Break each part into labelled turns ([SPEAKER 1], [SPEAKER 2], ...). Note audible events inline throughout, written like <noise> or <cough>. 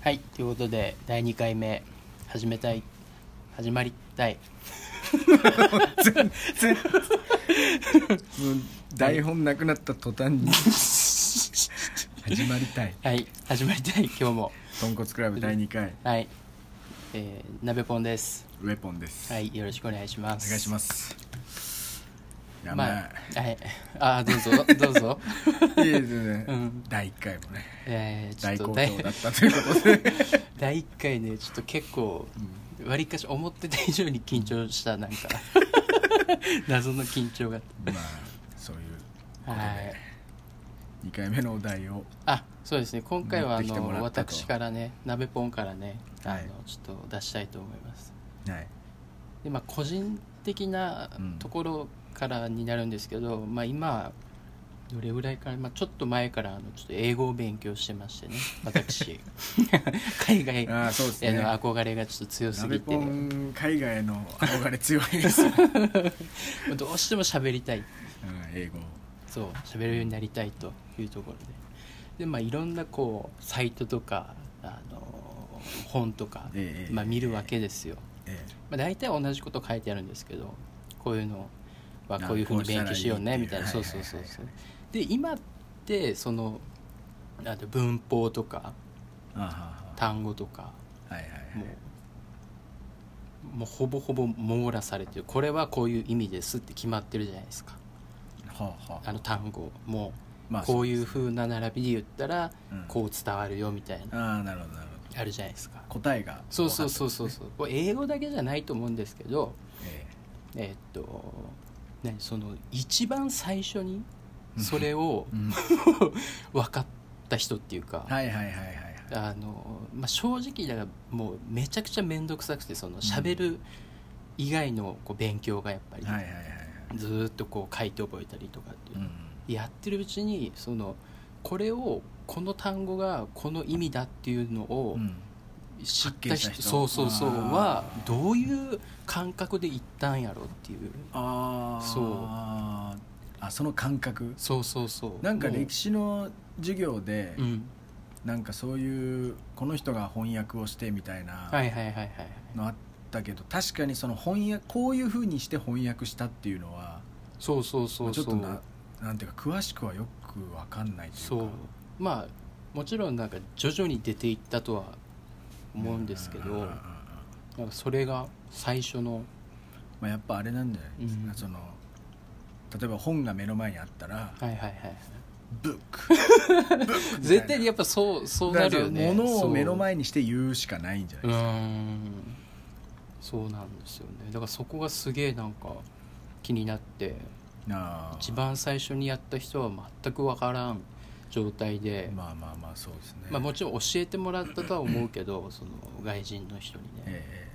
[SPEAKER 1] はいということで第2回目始めたい始まりたい
[SPEAKER 2] <laughs> もう台本なくなった途端
[SPEAKER 1] <laughs>
[SPEAKER 2] に始まりたい
[SPEAKER 1] はい始まりたい今日も
[SPEAKER 2] 豚骨クラブ第2回
[SPEAKER 1] はいえー、鍋ポンです
[SPEAKER 2] ウェポンです、
[SPEAKER 1] はいよろしくお願いします
[SPEAKER 2] お願いしますやばい、
[SPEAKER 1] まあ、はいあ
[SPEAKER 2] <laughs>
[SPEAKER 1] ーどうぞどうぞ
[SPEAKER 2] いいですね、
[SPEAKER 1] うん
[SPEAKER 2] 第1回もね
[SPEAKER 1] えー、
[SPEAKER 2] 大
[SPEAKER 1] ちょ
[SPEAKER 2] 好
[SPEAKER 1] っと
[SPEAKER 2] 評だったということ
[SPEAKER 1] <laughs>
[SPEAKER 2] で、
[SPEAKER 1] 第1回ねちょっと結構わりかし思ってた以上に緊張したなんか <laughs>
[SPEAKER 2] <laughs>
[SPEAKER 1] 謎の緊張が
[SPEAKER 2] まあそういう
[SPEAKER 1] はい
[SPEAKER 2] 2回目のお題を
[SPEAKER 1] あそうですね今回はあ
[SPEAKER 2] 持ってきても
[SPEAKER 1] の
[SPEAKER 2] らったと
[SPEAKER 1] 私からね鍋ポンからねあの、
[SPEAKER 2] はい
[SPEAKER 1] ちょっと出したいと思います
[SPEAKER 2] はい
[SPEAKER 1] でまあ個人的な
[SPEAKER 2] うん
[SPEAKER 1] ところからになるんですけど、まあ今どれぐらいから、まあ、ちょっと前からあのちょっと英語を勉強してましてね
[SPEAKER 2] <laughs>
[SPEAKER 1] 私海外
[SPEAKER 2] ああそうです
[SPEAKER 1] への
[SPEAKER 2] ね
[SPEAKER 1] 憧れがちょっと強す
[SPEAKER 2] 鍋
[SPEAKER 1] ぎ
[SPEAKER 2] ポ
[SPEAKER 1] て
[SPEAKER 2] ン
[SPEAKER 1] <laughs>
[SPEAKER 2] 海外への憧れ強いです、うん
[SPEAKER 1] どうしても喋りたい
[SPEAKER 2] 英語
[SPEAKER 1] そう喋れるようになりたいというところででまあいろんなこうサイトとかあの本とか、
[SPEAKER 2] ええ
[SPEAKER 1] まあ、見るわけですよ、
[SPEAKER 2] ええ
[SPEAKER 1] まあ、大体同じこと書いてあるんですけどこういうのは
[SPEAKER 2] な
[SPEAKER 1] こういうふうに勉強しようね
[SPEAKER 2] こ
[SPEAKER 1] み
[SPEAKER 2] うした
[SPEAKER 1] たい
[SPEAKER 2] らいい
[SPEAKER 1] な
[SPEAKER 2] っ
[SPEAKER 1] そ
[SPEAKER 2] ていうう
[SPEAKER 1] そうそう
[SPEAKER 2] はいはい
[SPEAKER 1] そうで今ってそのなんて文法とか
[SPEAKER 2] あは
[SPEAKER 1] 単語とか
[SPEAKER 2] ははいはいはい
[SPEAKER 1] もうもうほぼほぼ網羅されてるこれはこういう意味ですって決まってるじゃないですか
[SPEAKER 2] はあは
[SPEAKER 1] あの単語も
[SPEAKER 2] まあ
[SPEAKER 1] こういうふうな並びで言ったら
[SPEAKER 2] うん
[SPEAKER 1] こう伝わるよみたいな
[SPEAKER 2] ああなるほどなるほ
[SPEAKER 1] あるじゃないですか
[SPEAKER 2] ど答えが
[SPEAKER 1] そうそう
[SPEAKER 2] う、
[SPEAKER 1] そうそうそうこれ英語だけじゃないと思うんですけど
[SPEAKER 2] え
[SPEAKER 1] えっと何その一番最初に
[SPEAKER 2] うん
[SPEAKER 1] それを
[SPEAKER 2] えうん
[SPEAKER 1] 分かった人っていうか
[SPEAKER 2] はいはいはいはいはい
[SPEAKER 1] あの、まあ、正直だからもうめちゃくちゃ面倒くさくてその喋る以外のこう勉強がやっぱり
[SPEAKER 2] はいはいはいはい
[SPEAKER 1] ずーっとこう書いて覚えたりとかっていううんやってるうちにそのこれをこの単語がこの意味だっていうのを
[SPEAKER 2] うん
[SPEAKER 1] 知った
[SPEAKER 2] 発見し
[SPEAKER 1] 人,、
[SPEAKER 2] た人
[SPEAKER 1] そうそうそう
[SPEAKER 2] あー
[SPEAKER 1] はどういう感覚で言ったんやろっていう
[SPEAKER 2] ああ
[SPEAKER 1] そう
[SPEAKER 2] あその感覚
[SPEAKER 1] そうそうそう
[SPEAKER 2] なんか
[SPEAKER 1] もう
[SPEAKER 2] 歴史の授業で、
[SPEAKER 1] うん
[SPEAKER 2] なんかそういうこの人が翻訳をしてみたい
[SPEAKER 1] は
[SPEAKER 2] な
[SPEAKER 1] はい
[SPEAKER 2] い
[SPEAKER 1] はいはい
[SPEAKER 2] のあったけど、確かにその翻訳こういうふうにして翻訳したっていうのは
[SPEAKER 1] そうそうそう
[SPEAKER 2] ちょ
[SPEAKER 1] そ
[SPEAKER 2] っとな
[SPEAKER 1] う
[SPEAKER 2] なんていうか詳しくはよくわかんないというか
[SPEAKER 1] そうまあもちろんなんか徐々に出ていったとは思うんですけど
[SPEAKER 2] うううんうん
[SPEAKER 1] なんかそれが最初の
[SPEAKER 2] まあ、やっぱあれなんじゃないですか、
[SPEAKER 1] うん
[SPEAKER 2] その例えば本が目の前にあったら
[SPEAKER 1] はいはいはい
[SPEAKER 2] 「ブッ
[SPEAKER 1] <laughs>
[SPEAKER 2] ク」
[SPEAKER 1] 絶対にや
[SPEAKER 2] っ
[SPEAKER 1] っぱそうそうなるよね
[SPEAKER 2] 物を目の
[SPEAKER 1] そう
[SPEAKER 2] 前にして言うしかないんじ
[SPEAKER 1] う
[SPEAKER 2] ゃないですか、
[SPEAKER 1] ーんそうなんですよねだからそこがすげえなんか気になって
[SPEAKER 2] ああ
[SPEAKER 1] 一番最初にやった人は全く分からん状態で、ま
[SPEAKER 2] まあまあまあそうですね
[SPEAKER 1] あ、もちろん教えてもらったとは思うけどその外人の人にね、
[SPEAKER 2] え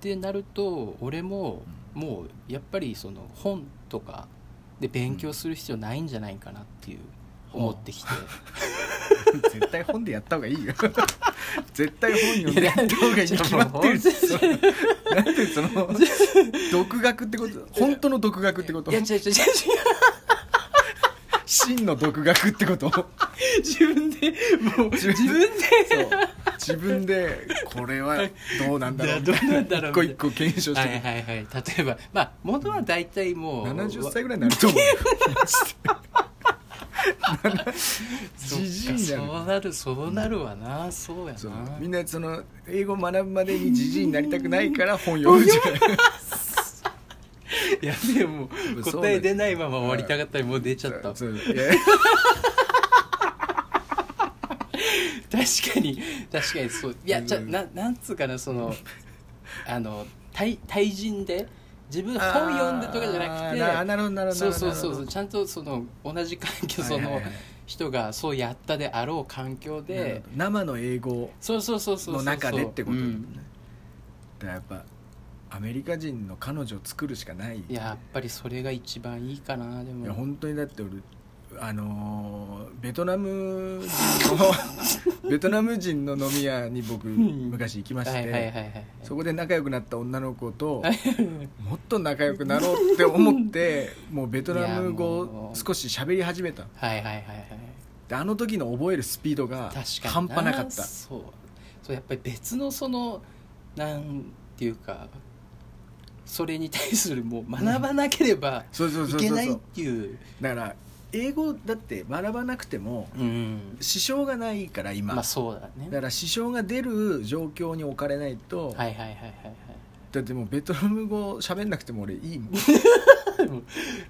[SPEAKER 1] ってなると俺ももうやっぱりその本とかで勉強する必要ないんじゃないかなっていう
[SPEAKER 2] うん
[SPEAKER 1] 思ってきて、
[SPEAKER 2] えええ <laughs> 絶対本でやった方がいいよ <laughs> 絶対本読んでやった方がいいに決まってるし
[SPEAKER 1] いや
[SPEAKER 2] そのなんでその
[SPEAKER 1] <laughs>
[SPEAKER 2] 独学ってこと本当の独学ってこと
[SPEAKER 1] いや違う違う違う違
[SPEAKER 2] 真の独学ってこと
[SPEAKER 1] う自分でもう自
[SPEAKER 2] 自分
[SPEAKER 1] 分で
[SPEAKER 2] そう自分でこれはどうなんだろう
[SPEAKER 1] どうなんだろう
[SPEAKER 2] 一個一個検証し
[SPEAKER 1] はい
[SPEAKER 2] て
[SPEAKER 1] はいはい例えばまあ元は大体もう
[SPEAKER 2] 70歳ぐらいになると思う
[SPEAKER 1] そっか
[SPEAKER 2] じじいになる
[SPEAKER 1] そうなるそうなるわな、そうやな
[SPEAKER 2] そうみんなその英語学ぶまでにじじいになりたくない
[SPEAKER 1] <laughs>
[SPEAKER 2] から本読むじゃない
[SPEAKER 1] いやでもう
[SPEAKER 2] そう
[SPEAKER 1] 答え出ないまま終わりたかったりもう出ちゃった確
[SPEAKER 2] そういや
[SPEAKER 1] かに確かにそういや
[SPEAKER 2] うん
[SPEAKER 1] じゃななんつうかなそ
[SPEAKER 2] <laughs>
[SPEAKER 1] のあの対対人で自 <laughs> 分本読んでとかじ
[SPEAKER 2] あー
[SPEAKER 1] ゃなくて
[SPEAKER 2] なるほどなるほど
[SPEAKER 1] そうそうそうそ
[SPEAKER 2] なる
[SPEAKER 1] う
[SPEAKER 2] ほど
[SPEAKER 1] ちゃんとその同じ環境そ
[SPEAKER 2] はい
[SPEAKER 1] の
[SPEAKER 2] はいはい
[SPEAKER 1] 人がそうやったであろう環境
[SPEAKER 2] なるほ
[SPEAKER 1] で
[SPEAKER 2] ど生の英語
[SPEAKER 1] そうそうそうそうそう
[SPEAKER 2] の中でってことだ
[SPEAKER 1] う
[SPEAKER 2] よね
[SPEAKER 1] ん
[SPEAKER 2] だからやっぱアメリカ人の彼女を作るしかない
[SPEAKER 1] いややっぱりそれが一番いいかなで
[SPEAKER 2] い
[SPEAKER 1] も
[SPEAKER 2] や本当にだって俺あのーベトナム
[SPEAKER 1] <laughs>
[SPEAKER 2] 人のベトナム人の飲み屋に僕
[SPEAKER 1] ん
[SPEAKER 2] 昔行きまして、
[SPEAKER 1] はいはいはいはい
[SPEAKER 2] そこで仲良くなった女の子と <laughs> もっと仲良くなろ
[SPEAKER 1] <laughs>
[SPEAKER 2] うって思ってもうベトナム語
[SPEAKER 1] いやも
[SPEAKER 2] を
[SPEAKER 1] う
[SPEAKER 2] 少し喋り始めた
[SPEAKER 1] はいはいはいはい
[SPEAKER 2] であの時の覚えるスピードが
[SPEAKER 1] 確か
[SPEAKER 2] 半
[SPEAKER 1] に
[SPEAKER 2] 端なかった
[SPEAKER 1] そうそうやっぱり別のそのなんていうかそれに対するもう学ばなければ
[SPEAKER 2] そうそう
[SPEAKER 1] い
[SPEAKER 2] そう
[SPEAKER 1] け
[SPEAKER 2] そう
[SPEAKER 1] ない
[SPEAKER 2] そ
[SPEAKER 1] っ
[SPEAKER 2] う
[SPEAKER 1] ていう
[SPEAKER 2] だから英語だって学ばなくても
[SPEAKER 1] うん
[SPEAKER 2] 支障がないから今、
[SPEAKER 1] まあそうだね
[SPEAKER 2] だから支障が出る状況に置かれないと、
[SPEAKER 1] はいはいはいはいはい
[SPEAKER 2] だってもうベトナム語喋んなくても俺いいもん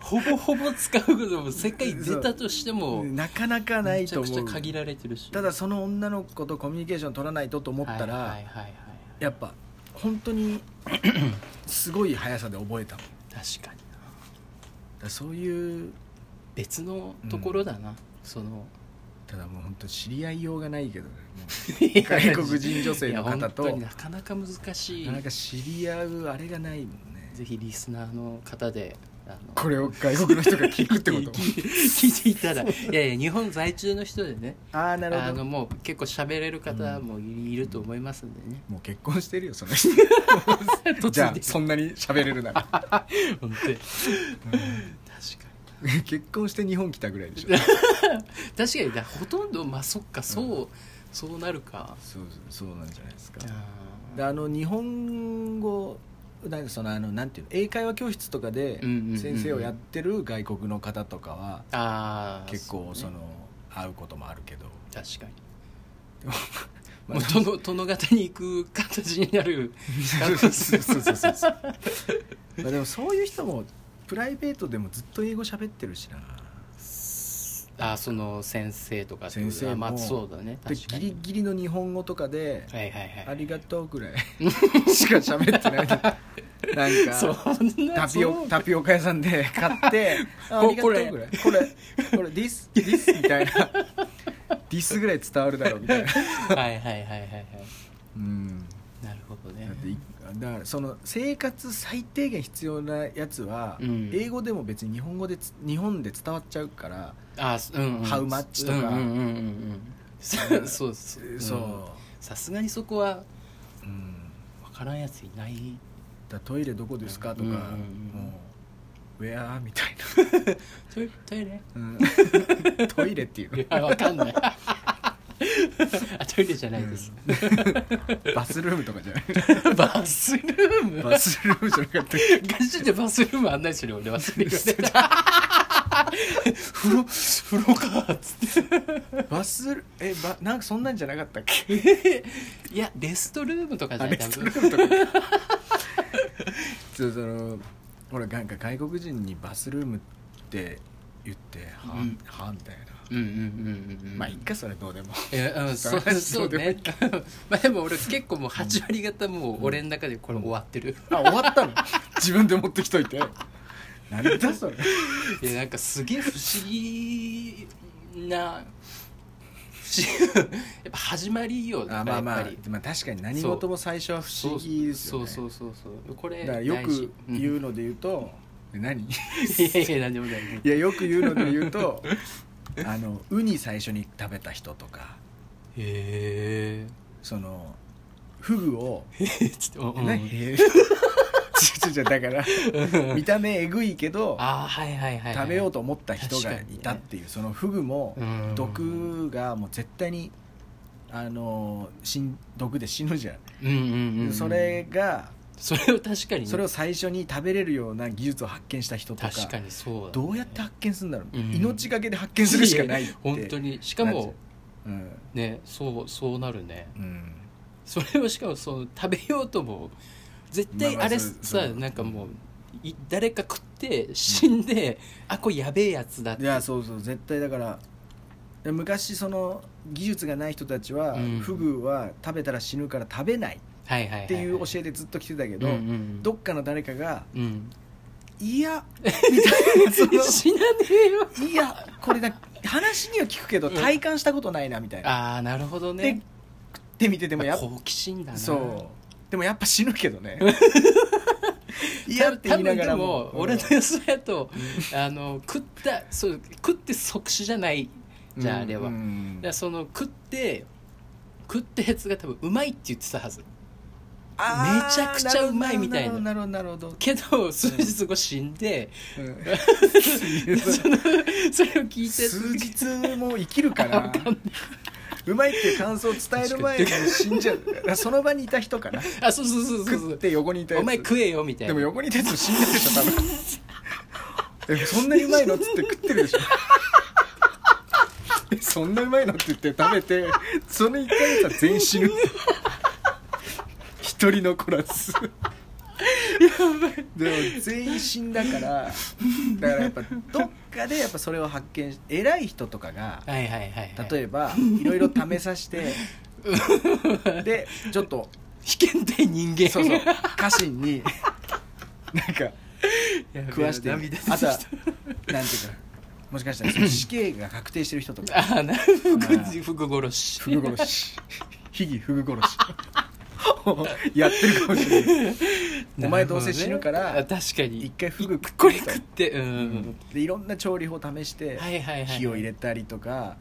[SPEAKER 1] ほぼほぼ使うことも世界出たとしても
[SPEAKER 2] なかなかない
[SPEAKER 1] めち
[SPEAKER 2] と
[SPEAKER 1] ゃ
[SPEAKER 2] 思
[SPEAKER 1] くちゃ
[SPEAKER 2] う
[SPEAKER 1] 限られてるした
[SPEAKER 2] だその女の子とコミュニケーション取らないとと思ったら、
[SPEAKER 1] はいはいはいはい
[SPEAKER 2] やっぱ本当に <coughs> すごい速さで覚えたもんだか
[SPEAKER 1] 確かにな
[SPEAKER 2] らそういう
[SPEAKER 1] 別のところだな、その
[SPEAKER 2] ただもう本当知り合いようがない
[SPEAKER 1] <laughs>
[SPEAKER 2] けどねもう外国人女性の
[SPEAKER 1] い
[SPEAKER 2] 方
[SPEAKER 1] や本当
[SPEAKER 2] と
[SPEAKER 1] になかなか難しい
[SPEAKER 2] なかなか知り合うあれがないもんね
[SPEAKER 1] ぜひリスナーの方であの
[SPEAKER 2] これを外国の人が聞くってこと
[SPEAKER 1] <laughs> 聞い聞いていたらいやいや日本在住の人でね
[SPEAKER 2] ああな
[SPEAKER 1] あのもう結構喋れる方もいると思いますんでね、
[SPEAKER 2] もう結婚してるよそ
[SPEAKER 1] <laughs>
[SPEAKER 2] の人
[SPEAKER 1] 突然
[SPEAKER 2] じゃあそんなに喋れるな
[SPEAKER 1] <laughs>
[SPEAKER 2] ら
[SPEAKER 1] 本当に確か
[SPEAKER 2] 結婚して日本来たぐらいでしょ
[SPEAKER 1] に確かにだほとんどまあそっかそう、そうなるか
[SPEAKER 2] そうそうなんじゃないですか
[SPEAKER 1] あ
[SPEAKER 2] であの日本語なんかそのあのなんていうの英会話教室とかで
[SPEAKER 1] うんうんうんうん
[SPEAKER 2] 先生をやってる外国の方とかは
[SPEAKER 1] あー
[SPEAKER 2] 結構
[SPEAKER 1] そ
[SPEAKER 2] そう
[SPEAKER 1] ね
[SPEAKER 2] の会うこともあるけ
[SPEAKER 1] <laughs>
[SPEAKER 2] ど、
[SPEAKER 1] 確
[SPEAKER 2] <laughs>
[SPEAKER 1] かに
[SPEAKER 2] ま
[SPEAKER 1] も
[SPEAKER 2] あ
[SPEAKER 1] う殿殿方に行く形になる
[SPEAKER 2] そうそうそうそうそうまあでもそういう人もプライベートでもずっと英語喋ってるしな
[SPEAKER 1] あーその先生とかってことだ
[SPEAKER 2] 先生も
[SPEAKER 1] まあそうだね
[SPEAKER 2] で
[SPEAKER 1] 確か
[SPEAKER 2] ギ
[SPEAKER 1] に
[SPEAKER 2] リギリの日本語とかで
[SPEAKER 1] はいはいは
[SPEAKER 2] 「あ
[SPEAKER 1] い
[SPEAKER 2] りがとう」ぐらい <laughs> しか喋ってないなん
[SPEAKER 1] そ
[SPEAKER 2] か
[SPEAKER 1] んな
[SPEAKER 2] タピ
[SPEAKER 1] そ
[SPEAKER 2] オ
[SPEAKER 1] う
[SPEAKER 2] タピオカ屋さんで <laughs>
[SPEAKER 1] <laughs>
[SPEAKER 2] 買って「ああ
[SPEAKER 1] こ
[SPEAKER 2] りがとう」ぐらい「これこれ this this」みたいな <laughs> 「this」ぐらい伝わるだろうみたいな
[SPEAKER 1] はいはいはいはいはい
[SPEAKER 2] うん
[SPEAKER 1] なるほどね
[SPEAKER 2] だっていだからその生活最低限必要なやつは、
[SPEAKER 1] うん
[SPEAKER 2] 英語でも別に日本語でつ日本で伝わっちゃうから、
[SPEAKER 1] あーうんうん
[SPEAKER 2] How much とか
[SPEAKER 1] うんうんうんうんうんそうそうそ
[SPEAKER 2] え
[SPEAKER 1] う
[SPEAKER 2] そ
[SPEAKER 1] さすがにそこは
[SPEAKER 2] う、うん、
[SPEAKER 1] 分からんやついない
[SPEAKER 2] だからトイレどこですかとか、
[SPEAKER 1] うんうんうん
[SPEAKER 2] もう「ウェア?」みたい
[SPEAKER 1] トイレトイレ
[SPEAKER 2] な、
[SPEAKER 1] <laughs>
[SPEAKER 2] トイレっていうの
[SPEAKER 1] いや分かんないあトイレじゃないです、
[SPEAKER 2] バスルームとか
[SPEAKER 1] <laughs>
[SPEAKER 2] じゃない
[SPEAKER 1] バスルーム
[SPEAKER 2] バスルームじゃなかったっけ
[SPEAKER 1] ガチでバスルーム案内してるよ俺忘れるよね風呂風呂かっつって
[SPEAKER 2] バスルえばなんかそんなんじゃなかったっけ
[SPEAKER 1] いやレストルームとかじゃ
[SPEAKER 2] あ
[SPEAKER 1] ない
[SPEAKER 2] れ
[SPEAKER 1] 多
[SPEAKER 2] スト
[SPEAKER 1] 分
[SPEAKER 2] ルームとか <laughs> そうそのほらなんか外国人にバスルームって言ってはあ、
[SPEAKER 1] うん
[SPEAKER 2] はあみたいな、
[SPEAKER 1] うんうんうんうんうん
[SPEAKER 2] まあいっかそれどうでも
[SPEAKER 1] え
[SPEAKER 2] <laughs>
[SPEAKER 1] うんそうそうね <laughs> まあでも俺結構もう8割方もう俺の中でこれ終わってる、
[SPEAKER 2] <laughs> あ終わ
[SPEAKER 1] <laughs>
[SPEAKER 2] ったの自分で持ってきといて何
[SPEAKER 1] <laughs>
[SPEAKER 2] だそれ
[SPEAKER 1] いやなんかすげえ不思議な不思議 <laughs> やっぱ始まりよだ
[SPEAKER 2] あ
[SPEAKER 1] から
[SPEAKER 2] ま
[SPEAKER 1] や
[SPEAKER 2] あ
[SPEAKER 1] っ
[SPEAKER 2] ま
[SPEAKER 1] ぱ
[SPEAKER 2] あ
[SPEAKER 1] り、
[SPEAKER 2] まあ、確かに何事も最初は不思議ですよね
[SPEAKER 1] そうそうそうそうこれ
[SPEAKER 2] だからよく言
[SPEAKER 1] う
[SPEAKER 2] うので言うと、え何
[SPEAKER 1] <laughs>
[SPEAKER 2] い
[SPEAKER 1] いやいや何でもない
[SPEAKER 2] やよく言うので言うと <laughs> あのウニ最初に食べた人とか
[SPEAKER 1] へ <laughs> え
[SPEAKER 2] そのフグを
[SPEAKER 1] ちょっと、うん、
[SPEAKER 2] <laughs> ねへえちょちょだから見た目えぐいけど
[SPEAKER 1] ああはいはいはい、はい、
[SPEAKER 2] 食べようと思った人がいたっていう、そのフグも
[SPEAKER 1] うん
[SPEAKER 2] 毒がもう絶対にあの死ん毒で死ぬじゃん、
[SPEAKER 1] うんうんうん
[SPEAKER 2] それが
[SPEAKER 1] それを確かに、ね、
[SPEAKER 2] それを最初に食べれるような技術を発見した人とか
[SPEAKER 1] 確かにそうだね、
[SPEAKER 2] どうやって発見するんだろう、
[SPEAKER 1] うん
[SPEAKER 2] 命がけで発見するしかないって
[SPEAKER 1] 本当にしか
[SPEAKER 2] なっちゃ
[SPEAKER 1] も
[SPEAKER 2] う、うん
[SPEAKER 1] ねそうそうなるね
[SPEAKER 2] うん
[SPEAKER 1] それをしかもその食べようとも絶対
[SPEAKER 2] まあまあ
[SPEAKER 1] あれ
[SPEAKER 2] そ
[SPEAKER 1] さ
[SPEAKER 2] う、そう
[SPEAKER 1] なんかもうい誰か食って死んで、あこれやべえやつだっ
[SPEAKER 2] い
[SPEAKER 1] て
[SPEAKER 2] やそうそう絶対だからで昔その技術がない人たちは、
[SPEAKER 1] うん
[SPEAKER 2] フグは食べたら死ぬから食べない
[SPEAKER 1] はいはいはい、
[SPEAKER 2] っていう教
[SPEAKER 1] え
[SPEAKER 2] えでずっと来てたけ
[SPEAKER 1] け
[SPEAKER 2] ど、
[SPEAKER 1] うんうん
[SPEAKER 2] どっかの誰かが
[SPEAKER 1] うん <laughs>
[SPEAKER 2] 「いや
[SPEAKER 1] 死なねえよ
[SPEAKER 2] いやこれだ話には聞くけど体感したことないな」みたいな、
[SPEAKER 1] ああなるほど
[SPEAKER 2] で
[SPEAKER 1] ね
[SPEAKER 2] 食ってみてでも
[SPEAKER 1] ま
[SPEAKER 2] や
[SPEAKER 1] あ
[SPEAKER 2] っぱ
[SPEAKER 1] 好奇心だな
[SPEAKER 2] そうでもやっぱ死ぬけ
[SPEAKER 1] <laughs>
[SPEAKER 2] どね
[SPEAKER 1] 多
[SPEAKER 2] いや
[SPEAKER 1] 分
[SPEAKER 2] って言いながら
[SPEAKER 1] 多分
[SPEAKER 2] も
[SPEAKER 1] でも俺の予想やとあの食ったそう食って即死じゃないじゃああれは、
[SPEAKER 2] う
[SPEAKER 1] だ
[SPEAKER 2] んうん
[SPEAKER 1] からその食って食ったやつが多分うまいって言ってたはず
[SPEAKER 2] あー
[SPEAKER 1] めちゃくちゃうまいみたいな
[SPEAKER 2] なるほどなるほどなる
[SPEAKER 1] けど数日後死んで、
[SPEAKER 2] ほど、うん
[SPEAKER 1] そのそれを聞 <laughs> いて
[SPEAKER 2] 数日も生きるか
[SPEAKER 1] あわ
[SPEAKER 2] ら
[SPEAKER 1] かんないう
[SPEAKER 2] まいっていう感想を伝える前に死んじゃうだからその場にいた人かな
[SPEAKER 1] あそうそうそうそうそ
[SPEAKER 2] 食っ
[SPEAKER 1] う
[SPEAKER 2] て横にいたやつ
[SPEAKER 1] お前食えよみたい
[SPEAKER 2] で
[SPEAKER 1] な
[SPEAKER 2] も横にいたやつも死んでるでしょ多分でもそんなにうまいのっつって食ってるでしょえそんなうまいのって言って食べてその1回月は全員死ぬ一人残らずやばいでも全員死んだからだからやっぱどっかでやっぱそれを発見し偉い人とかが
[SPEAKER 1] はいはいはい、はい、
[SPEAKER 2] 例えばいろいろ試させ <laughs> てでちょっと
[SPEAKER 1] 被験体人間
[SPEAKER 2] そうそう家臣になんか
[SPEAKER 1] やべえ
[SPEAKER 2] 食わして
[SPEAKER 1] 涙出てき
[SPEAKER 2] あと
[SPEAKER 1] た
[SPEAKER 2] はなんていうかもしかしたらその死刑が確定してる人とか
[SPEAKER 1] あなふぐふぐ殺し
[SPEAKER 2] フグ殺しヒギフグ殺し <laughs> やってるかもしれないお前どうせ死ぬか
[SPEAKER 1] なるほ
[SPEAKER 2] ら
[SPEAKER 1] どねあ確かに
[SPEAKER 2] 一回フグ食って
[SPEAKER 1] これ
[SPEAKER 2] みた
[SPEAKER 1] 食
[SPEAKER 2] い
[SPEAKER 1] ってうん、うん、
[SPEAKER 2] でいろんな調理法試して
[SPEAKER 1] はいはいはい
[SPEAKER 2] 火を入れたりとか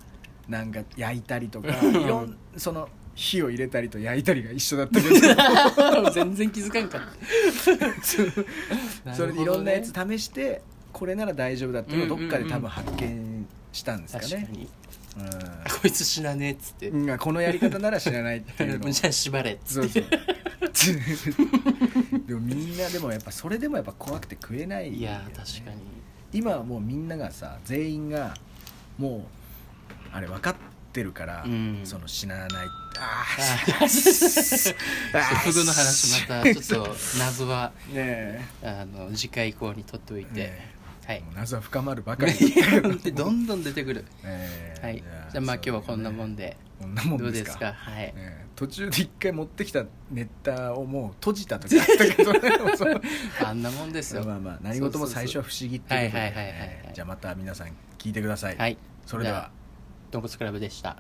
[SPEAKER 2] なんか焼いたりとか
[SPEAKER 1] <laughs> う
[SPEAKER 2] い
[SPEAKER 1] ん
[SPEAKER 2] ろんその火を入れたりと焼いたりが一緒だったけ
[SPEAKER 1] <laughs>
[SPEAKER 2] ど <laughs>
[SPEAKER 1] 全然気づかんかった
[SPEAKER 2] <laughs> それでいろんなやつ
[SPEAKER 1] だ
[SPEAKER 2] 試してこれなら大丈夫だっていうのを
[SPEAKER 1] うん
[SPEAKER 2] どっかで多分発見したんですか
[SPEAKER 1] 確か
[SPEAKER 2] ね
[SPEAKER 1] に
[SPEAKER 2] うん
[SPEAKER 1] こいつ死なねえっつって、
[SPEAKER 2] うんあこのやり方なら知らないっ
[SPEAKER 1] <laughs>
[SPEAKER 2] ていうの
[SPEAKER 1] じゃあ縛れっつ
[SPEAKER 2] そ
[SPEAKER 1] っ
[SPEAKER 2] う
[SPEAKER 1] て
[SPEAKER 2] そう <laughs> でもみんなでもやっぱそれでもやっぱ怖くて食えないよね、
[SPEAKER 1] いやー確かに
[SPEAKER 2] 今はもうみんながさ全員がもうあれ分かってるから、
[SPEAKER 1] うん
[SPEAKER 2] その死なないあ
[SPEAKER 1] あ
[SPEAKER 2] あ
[SPEAKER 1] ーちょっとフグの話またち <laughs> ょっと謎は
[SPEAKER 2] ねえ
[SPEAKER 1] あの次回以降に取っておいて、
[SPEAKER 2] ね
[SPEAKER 1] はい
[SPEAKER 2] もう謎は深まる
[SPEAKER 1] <laughs>
[SPEAKER 2] ばかり
[SPEAKER 1] いやほんとどんどん出てくる
[SPEAKER 2] ええ
[SPEAKER 1] はいじゃあまあ今日はこんなもん
[SPEAKER 2] で
[SPEAKER 1] で
[SPEAKER 2] こんなもん
[SPEAKER 1] どう
[SPEAKER 2] で
[SPEAKER 1] ですす
[SPEAKER 2] か
[SPEAKER 1] かはい
[SPEAKER 2] ねえ途中で一回持ってきたネタをもう閉じた時あったけどね
[SPEAKER 1] <laughs>
[SPEAKER 2] そう
[SPEAKER 1] <laughs> あんなもんですよ
[SPEAKER 2] まあまあ何事も最初は不思議っていうことで
[SPEAKER 1] はいはいはいはい
[SPEAKER 2] ねじゃあまた皆さん聞いてください、
[SPEAKER 1] <laughs> はい
[SPEAKER 2] それで
[SPEAKER 1] じゃ
[SPEAKER 2] は
[SPEAKER 1] あ「どんこつクラブ」でした